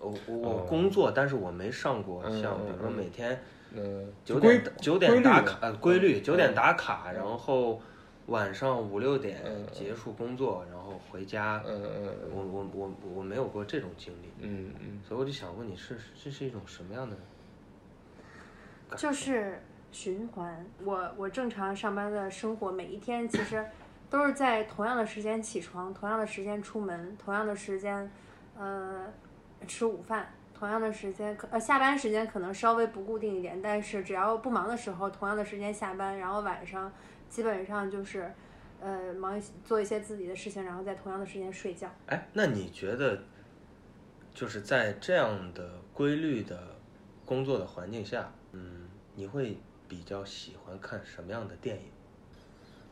呃我我哦工作，但是我没上过嗯像嗯比如说嗯每天嗯，九规点九规点律打的卡，呃规律九点嗯打卡，然后晚上五六点嗯嗯结束工作，然后回家。嗯嗯我我我我没有过这种经历，嗯嗯所以我就想问你是这是一种什么样的感受？就是循环。我我正常上班的生活，每一天其实都是在同样的时间起床，同样的时间出门，同样的时间，呃，吃午饭，同样的时间可呃下班时间可能稍微不固定一点，但是只要不忙的时候，同样的时间下班，然后晚上基本上就是。呃，忙一些做一些自己的事情，然后在同样的时间睡觉。哎，那你觉得，就是在这样的规律的工作的环境下，嗯，你会比较喜欢看什么样的电影？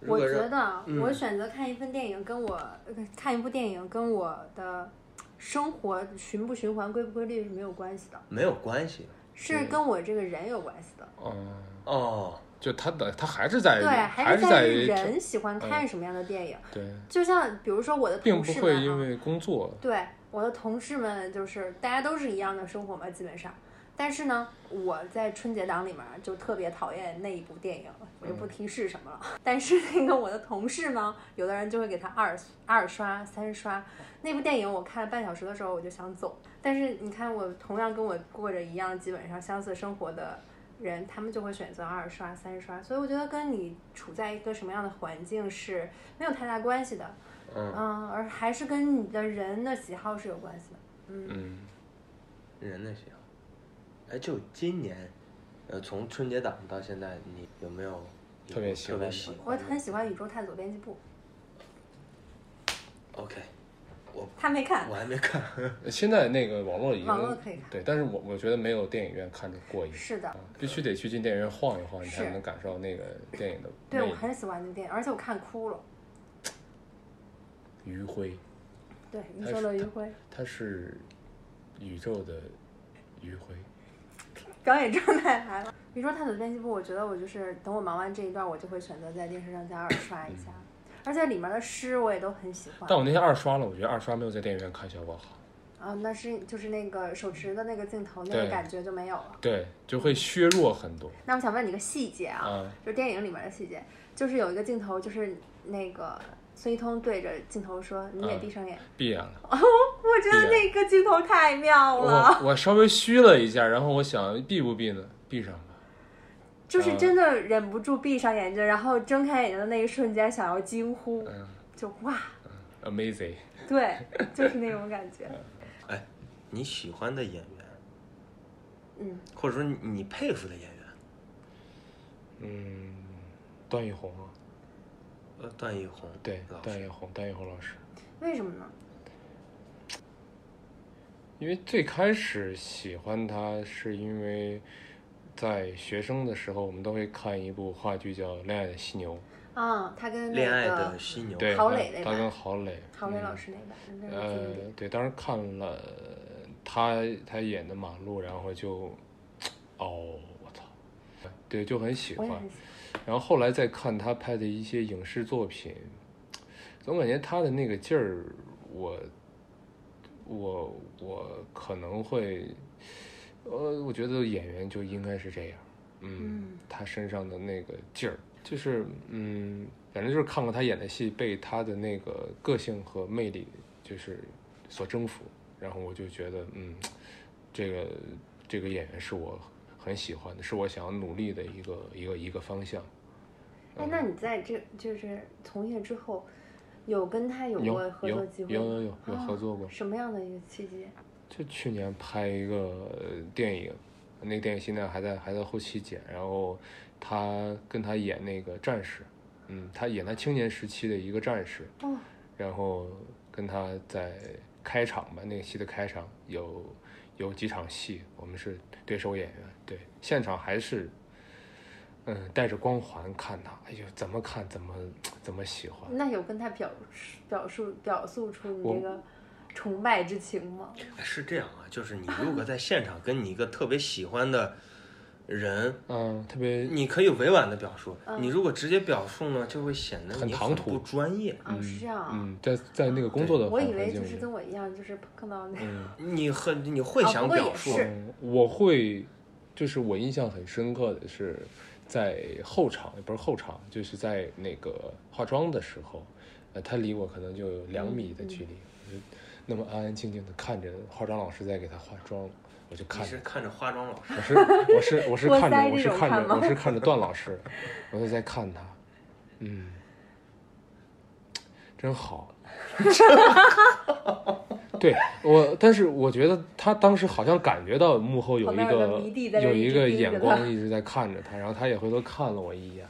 如我果觉让得啊嗯我选择看一份电影，跟我、呃看一部电影跟我的生活循不循环、规不规律是没有关系的，没有关系是跟我这个人有关系的。嗯，哦，就他的他还是在对，还还是在于于人喜欢看什么样的电影。对，就像比如说我的并同不事会们因啊，为工作对我的同事们就是大家都是一样的生活嘛，基本上。但是呢，我在春节档里面就特别讨厌那一部电影，我就不提示什么了。 [laughs] 但是那个我的同事呢，有的人就会给他二二刷、三刷。那部电影我看了半小时的时候我就想走，但是你看我同样跟我过着一样基本上相似生活的人，他们就会选择二刷、三刷。所以我觉得跟你处在一个什么样的环境是没有太大关系的，嗯，嗯，而还是跟你的人的喜好是有关系的。嗯，嗯人的喜好。哎，就今年，呃，从春节档到现在，你有没有特别喜特别欢喜的欢我的很喜欢《宇宙探索编辑部》， ？OK，我他没看我，还没看。嗯现在那个网络已经网络可以看对，但是我我觉得没有电影院看着过瘾，啊是的，必须得去进电影院晃一晃，你才是能感受那个电影的对魅我力很喜欢那部电影，而且我看哭了。余晖，对，宇它宙是的余它晖，它是宇宙的余晖。表演状态来了。宇宙探索编辑部，我觉得我就是等我忙完这一段，我就会选择在电视上再二刷一下，而且里面的诗我也都很喜欢但。我那天二刷了，我觉得二刷没有在电影院看效果好，啊，那是就是那个手持的那个镜头，那个对感觉就没有了。对，就会削弱很多那我想问你个细节啊，啊。就是电影里面的细节，就是有一个镜头，就是那个孙一通对着镜头说：“你也嗯闭上眼。闭眼了，我觉得那个镜头太妙了，我嗯我稍微虚了一下，然后我想哎闭不闭呢？闭上吧。就是真的忍不住闭上眼睛，然后睁开眼睛的那一瞬间想要惊呼，嗯就哇， ，amazing。对，就是那种感觉。哎，你喜欢的演员， [laughs] 嗯，或者说你你佩服的演员，嗯，段奕宏啊，呃，段奕宏，对老，段师，奕宏，段奕宏老师，为什么呢？因为最开始喜欢它是因为在学生的时候，我们都会看一部话剧叫《恋爱的犀牛啊，他跟那恋爱个的嗯犀》，牛，对，郝它蕾那它版跟郝蕾，郝蕾嗯老师那版，那是呃经典，对，当时看了他他演的马路，然后就，哦，我操，对，就很喜我欢也。很喜然后后来再看他拍的一些影视作品，总感觉他的那个劲儿，我，我，我可能会，呃，我觉得演员就应该是这样，嗯，嗯他身上的那个劲儿，就是，嗯，反正就是看过他演的戏，被他的那个个性和魅力就是所征服，然后我就觉得，嗯，这个这个演员是我很喜欢的，是我想要努力的一个一个一个方向。欢。哎，那你在这就是从业之后，有跟他有有过合有作机会有吗？有有有合啊作过什么样的一个契机？就去年拍一个呃电影，那个电影现在还在还在后期剪，然后他跟他演那个战士，嗯，他演他青年时期的一个战士，哦，然后跟他在开场吧，那个戏的开场有有几场戏，我们是对手演员，对，现场还是。嗯，带着光环看他，哎呦，怎么看怎么怎么喜欢。那有跟他表示表述表述出你我这个崇拜之情吗？是这样啊，就是你如果在现场跟你一个特别喜欢的人，嗯，特别你可以委婉的表述，嗯你如果直接表述呢，就会显得很你唐很突不专业，啊，是这样啊。嗯，在在那个工作的我环以环为境就里是面，跟我一样，就是碰到 [laughs] 那嗯，你很你会哦想不过也表述是，嗯我会，就是我印象很深刻的是，在后场也不是后场，就是在那个化妆的时候，呃，他离我可能就有两米的距离，我就那么安安静静的看着化妆老师在给他化妆，我就你看着是。看着化妆老师，我是我是我 [laughs] 是我看塞着我这是种看看着我吗是 [laughs] 看着段老师，我就在看他，嗯，真好。 [laughs] 对我，但是我觉得他当时好像感觉到幕后有旁一边有个个迷弟在那有一一直个盯着眼他光一直在看着他，然后他也回头看了我一眼，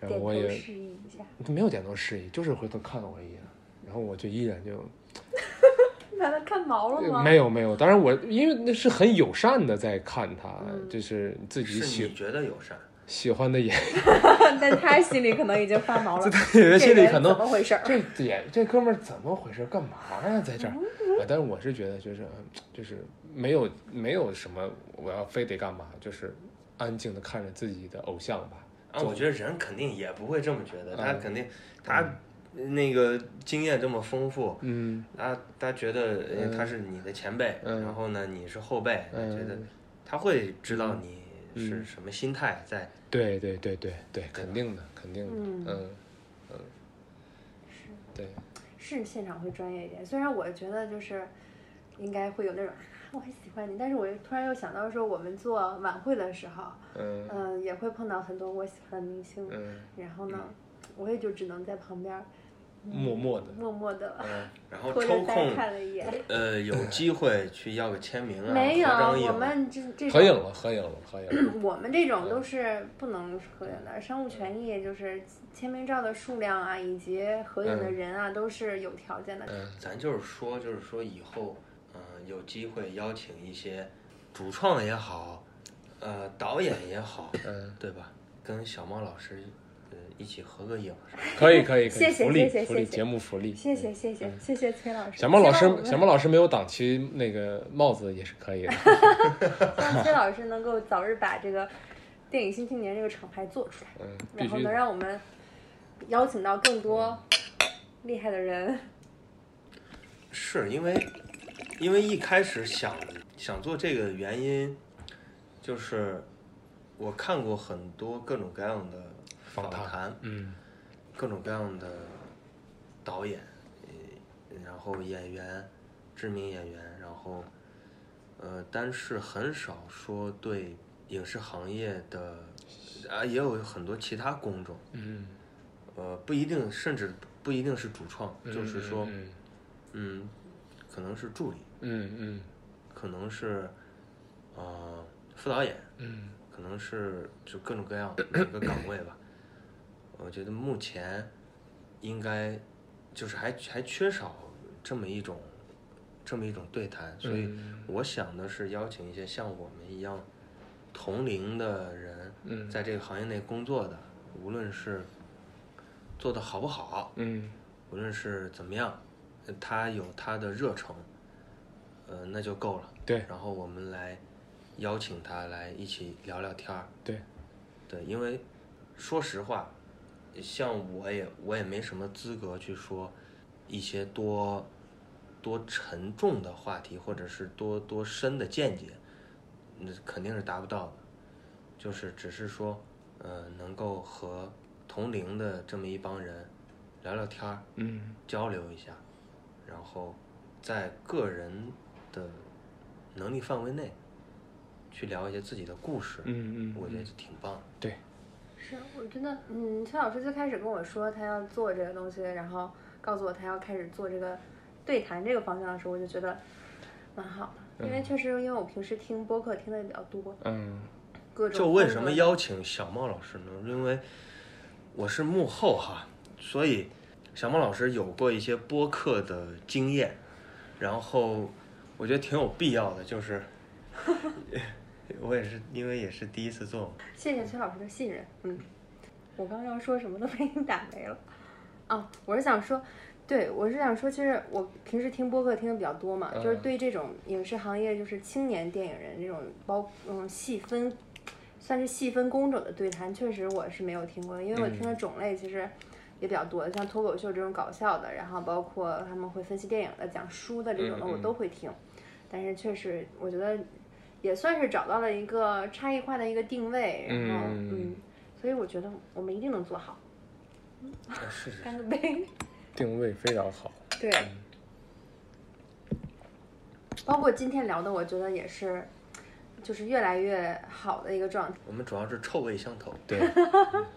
然后点头我也示意一下，没有点头示意，就是回头看了我一眼，然后我就依然就把他看毛了吗？ [laughs] 没有没有，当然我因为那是很友善的在看他，嗯就是自己是喜你觉得友 [laughs] 善，喜欢的演但他心里可能已经发毛了，员，这心里人可怎么能回事儿？这演这哥们儿怎么回事？干嘛呀，在这嗯儿？啊但是我是觉得就是嗯就是没有没有什么我要非得干嘛，就是安静的看着自己的偶像吧。啊，就我觉得人肯定也不会这么觉得，他嗯肯定他那个经验这么丰富，嗯他他觉得呃嗯他是你的前辈，嗯然后呢你是后辈，他觉得嗯，他会知道你是嗯什么心态在。对对对对对，肯定的肯定嗯的，嗯嗯，对，是现场会专业一点，虽然我觉得就是应该会有那种啊，我很喜欢你，但是我又突然又想到说，我们做晚会的时候，嗯嗯、也会碰到很多我喜欢的明星，嗯，然后呢，我也就只能在旁边儿默默的，默默的嗯然后拖抽着腮空，看了一眼。呃，有机会去要个签名啊，没有，合张我影啊。们这这合影嗯种了合影了合影了，我们这种都是不能合影的，商务权益就是签名照的数量啊，以及合影的嗯人啊，都是有条件的。嗯咱就是说，就是说以后，嗯、有机会邀请一些主创也好，呃，导演也好，嗯，对吧？跟小猫老师，呃，一起合个影啥的。可以可以可谢以，谢福利谢谢福谢利谢节目福利，谢嗯谢谢谢谢谢崔老师，小猫老希师望我，们小猫老师没有档期，那个帽子也是可以的。 [laughs] 希望崔老师能够早日把这个电影新青年这个厂牌做出来，嗯，必然后须嗯能让我们邀请到更多厉害的人。是因为，因为一开始想想做这个原因，就是我看过很多各种各样的访谈，谈。嗯各种各样的导演，呃，然后演员，知名演员，然后，呃，但是很少说对影视行业的，啊，也有很多其他工种，嗯，呃，不一定，甚至不一定是主创，就是说，嗯嗯，可能是助理，嗯嗯可能是，呃，副导演，嗯可能是就各种各样每个岗位吧。我觉得目前应该就是还还缺少这么一种这么一种对谈，所以嗯我想的是邀请一些像我们一样同龄的人，嗯在这个行业内工作的，无论是做的好不好，嗯无论是怎么样，呃他有他的热诚，呃，那就够了。对然后我们来邀请他来一起聊聊天儿。对，对，因为说实话，像我也我也没什么资格去说一些多多沉重的话题，或者是多多深的见解，那肯定是达不到的。就是只是说，呃，能够和同龄的这么一帮人聊聊天儿，嗯交流一下，然后在个人的能力范围内去聊一些自己的故事，嗯嗯，我觉得就挺棒的。对，是我真的，嗯，崔老师最开始跟我说他要做这个东西，然后告诉我他要开始做这个对谈这个方向的时候，我就觉得蛮好的，嗯因为确实因为我平时听播客听的也比较多，嗯各种就为什风么格邀请小茂老师呢？因为我是幕后哈，所以小茂老师有过一些播客的经验，然后我觉得挺有必要的，就是我也是因为也是第一次做嘛，谢谢崔老师的信任。嗯，我刚刚要说什么都被你打没了。哦，我是想说，对我是想说，其实我平时听播客听的比较多嘛，就是嗯对这种影视行业，就是青年电影人这种包嗯细分，算是细分工种的对谈，确实我是没有听过的，因嗯为我听的种类其实。也比较多的，像脱口秀这种搞笑的，然后包括他们会分析电影的、讲书的这种的，嗯嗯我都会听。但是确实，我觉得也算是找到了一个差异化的一个定位，然后嗯嗯所以我觉得我们一定能做好。呃是是干个杯！ [laughs] 定位非常好。对，嗯 [laughs] 包括今天聊的，我觉得也是，就是越来越好的一个状态。我们主要是臭味相投。对，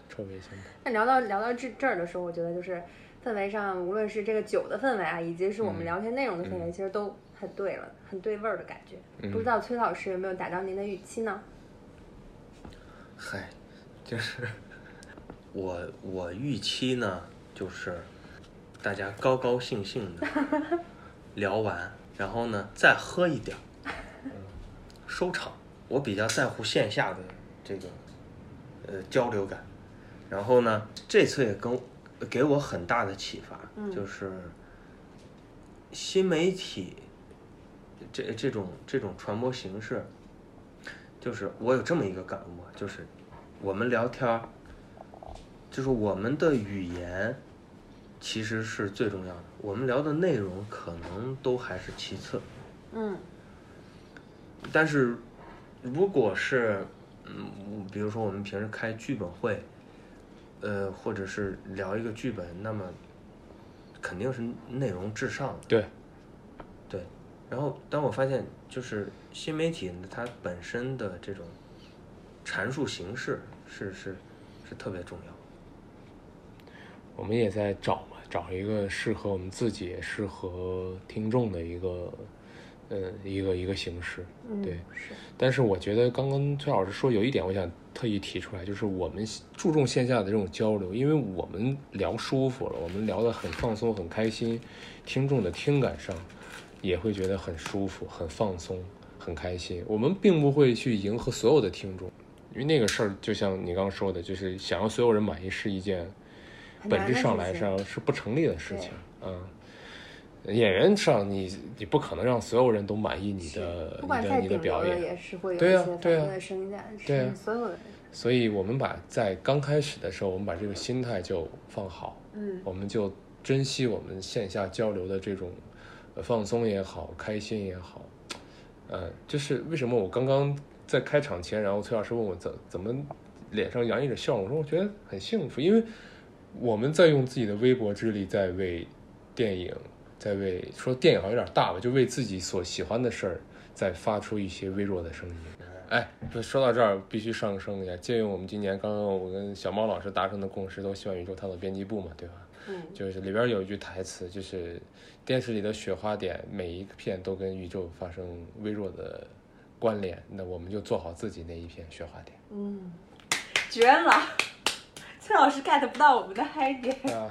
臭味相投。那聊到聊到这这儿的时候，我觉得就是氛围上，无论是这个酒的氛围啊，以及是我们嗯聊天内容的氛围，嗯其实都很对了，很对味儿的感觉。嗯不知道崔老师有没有达到您的预期呢？嗨，就是 [laughs] 我我预期呢，就是大家高高兴兴的聊完，然后呢再喝一点儿，收场。我比较在乎线下的这个呃交流感，然后呢这次也跟给我很大的启发，就是新媒体这这种这种传播形式，就是我有这么一个感悟啊，就是我们聊天儿，就是我们的语言其实是最重要的，我们聊的内容可能都还是其次。嗯但是如果是嗯，我比如说我们平时开剧本会，呃，或者是聊一个剧本，那么肯定是内容至上的。对，对，然后当我发现就是新媒体呢它本身的这种阐述形式是是是特别重要。我们也在找嘛，找一个适合我们自己、也适合听众的一个，呃，一个一个形式。嗯，对是，但是我觉得刚刚崔老师说有一点，我想特意提出来，就是我们注重线下的这种交流，因为我们聊舒服了，我们聊得很放松、很开心，听众的听感上也会觉得很舒服、很放松、很开心。我们并不会去迎合所有的听众，因为那个事儿就像你刚刚说的，就是想让所有人满意是一件很本难质的上事来情上是不成立的事情。嗯，演员上你你不可能让所有人都满意你的不你管再的你顶流的表的演，也是会有对一呀些反对呀啊应的声音在，对呀啊是所有的人。所以我们把在刚开始的时候，我们把这个心态就放好，嗯我们就珍惜我们线下交流的这种呃放松也好，开心也好，呃，就是为什么我刚刚在开场前，然后崔老师问我怎怎么脸上洋溢着笑容，我说我觉得很幸福，因为我们在用自己的微薄之力在为电影，在为说电影好像有点大吧，就为自己所喜欢的事儿在发出一些微弱的声音。哎，不说到这儿必须上升一下，借用我们今年刚刚我跟小猫老师达成的共识，都希望宇宙探索编辑部嘛，对吧？嗯，就是里边有一句台词，就是电视里的雪花点，每一片都跟宇宙发生微弱的关联。那我们就做好自己那一片雪花点。嗯，绝了！ [laughs] 崔老师 get 不到我们的嗨点。啊，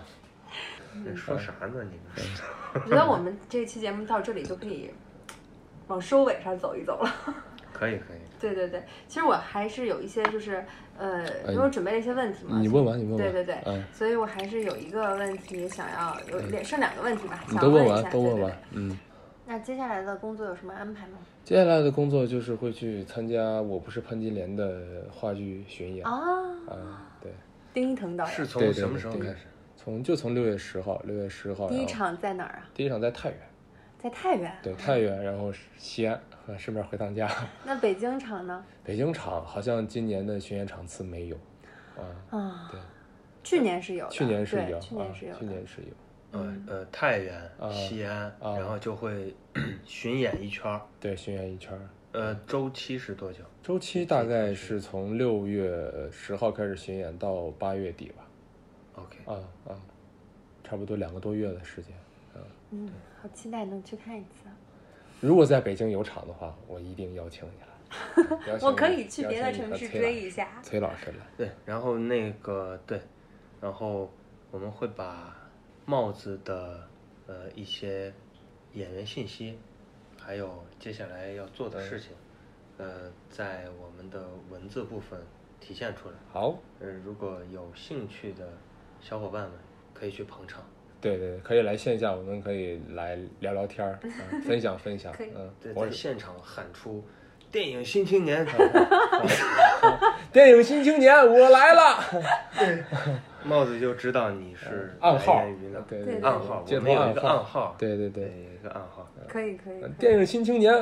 嗯说啥呢？你们我觉得我们这期节目到这里就可以往收尾上走一走了。 [laughs] 可以可以，对对对，其实我还是有一些就是呃，哎因为我准备了一些问题嘛，啊你问完，你问完。对对对嗯，所以我还是有一个问题想要有两剩两个问题吧，你想都要问一完下，，都对问。对完对，嗯。那接下来的工作有什么安排吗？接下来的工作就是会去参加《我不是潘金莲》的话剧巡演啊、啊，对，丁一腾导演是对从对什么时候对开始？从就从六月十号，六月十号，第一然后场在哪儿啊？第一场在太原，在太原。对，太原，然后是西安，啊顺便回趟家。那北京场呢？北京场好像今年的巡演场次没有，啊，啊，对，去年是有的，去年是对有，去年是有啊，的，去年是有，呃呃，太原、啊西安，啊然后就会 [clears throat] 巡演一圈儿。对，巡演一圈儿。呃，周期是多久？周期大概是从六月十号开始巡演到八月底吧， OK，啊啊，差不多两个多月的时间。嗯，好期待能去看一次。如果在北京有场的话，我一定邀 [laughs] 请你来。邀请你我可以去别的邀请你城和市崔追老一师下。崔老师来，对，然后那个对，然后我们会把帽子的呃一些演员信息，还有接下来要做的事情，呃，在我们的文字部分体现出来。好，呃，如果有兴趣的小伙伴们可以去捧场。对对，对可以来线下，我们可以来聊聊天儿、嗯分享分 [laughs] 享可以，嗯对，，我在是现场喊出“电影新青年 [laughs] 电影新青年，我来了，”，帽子就知道你是暗号来源于哪儿，对对暗号，街我头们有一个暗暗，号，对对对，对，呃有一个暗号。可以可以嗯，可以。电影新青年，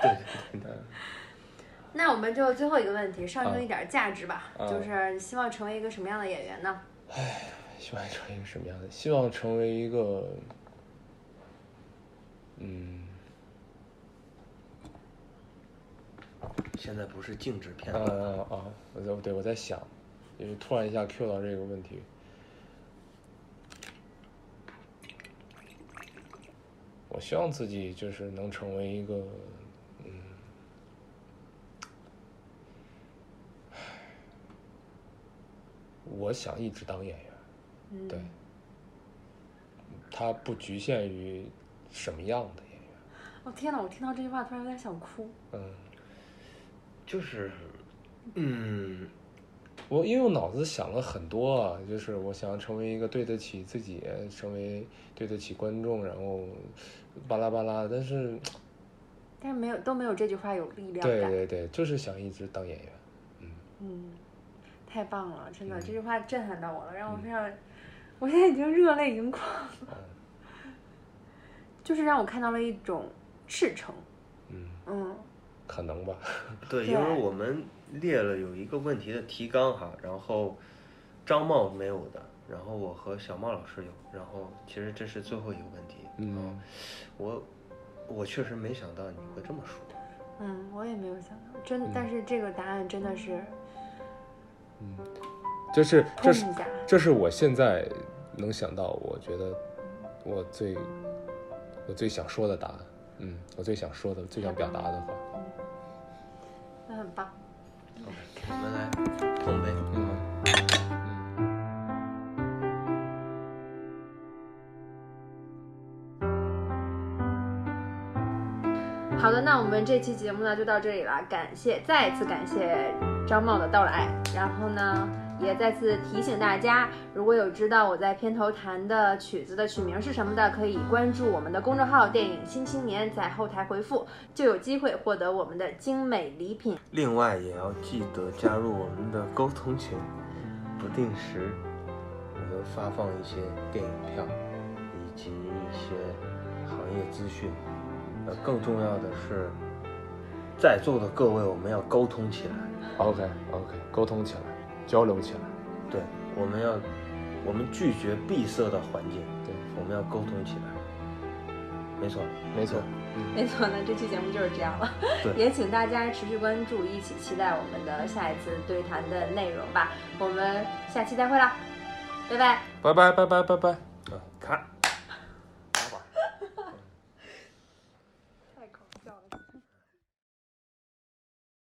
对对对对，那我们就最后一个问题，上升一点价值吧，啊就是你希望成为一个什么样的演员呢？希望成为一个什么样的？希望成为一个，嗯， [laughs] 现在不是静止片啊了，啊啊！我在对我在想，因为突然一下 Q 到这个问题，我希望自己就是能成为一个，嗯，我想一直当演员。嗯，对，他不局限于什么样的演员，我、哦天哪，我听到这句话突然有点想哭。嗯。就是，嗯，我因为我脑子想了很多啊，就是我想成为一个对得起自己，成为对得起观众，然后巴拉巴拉。但是，但是没有都没有这句话有力量对感。对对，就是想一直当演员。嗯，嗯，太棒了，真的，嗯这句话震撼到我了，让我嗯非常，我现在已经热泪盈眶了，哦就是让我看到了一种赤诚，嗯，嗯，可能吧。对，对因为我们列了有一个问题的提纲哈，然后张茂没有的，然后我和小茂老师有，然后其实这是最后一个问题，然后嗯，我我确实没想到你会这么说，嗯，我也没有想到，真嗯的，但是这个答案真的是就是砰这是一下，这是我现在能想到，我觉得我最我最想说的答案。嗯，我最想说的、最想表达的话。那很棒。我们来碰杯。嗯嗯。好的，那我们这期节目呢就到这里了，感谢再次感谢张茂的到来，然后呢也再次提醒大家，如果有知道我在片头弹的曲子的曲名是什么的，可以关注我们的公众号“电影新青年”，在后台回复就有机会获得我们的精美礼品。另外也要记得加入我们的沟通群，不定时我们发放一些电影票以及一些行业资讯。呃，更重要的是，在座的各位，我们要沟通起来。 OK OK，沟通起来，交流起来，对，我们要，我们拒绝闭塞的环境，对，我们要沟通起来。没错，嗯没错，没错，那这期节目就是这样了，对 [laughs] 也请大家持续关注，一起期待我们的下一次对谈的内容吧。我们下期再会啦，拜拜。拜拜拜拜拜拜。啊，咔。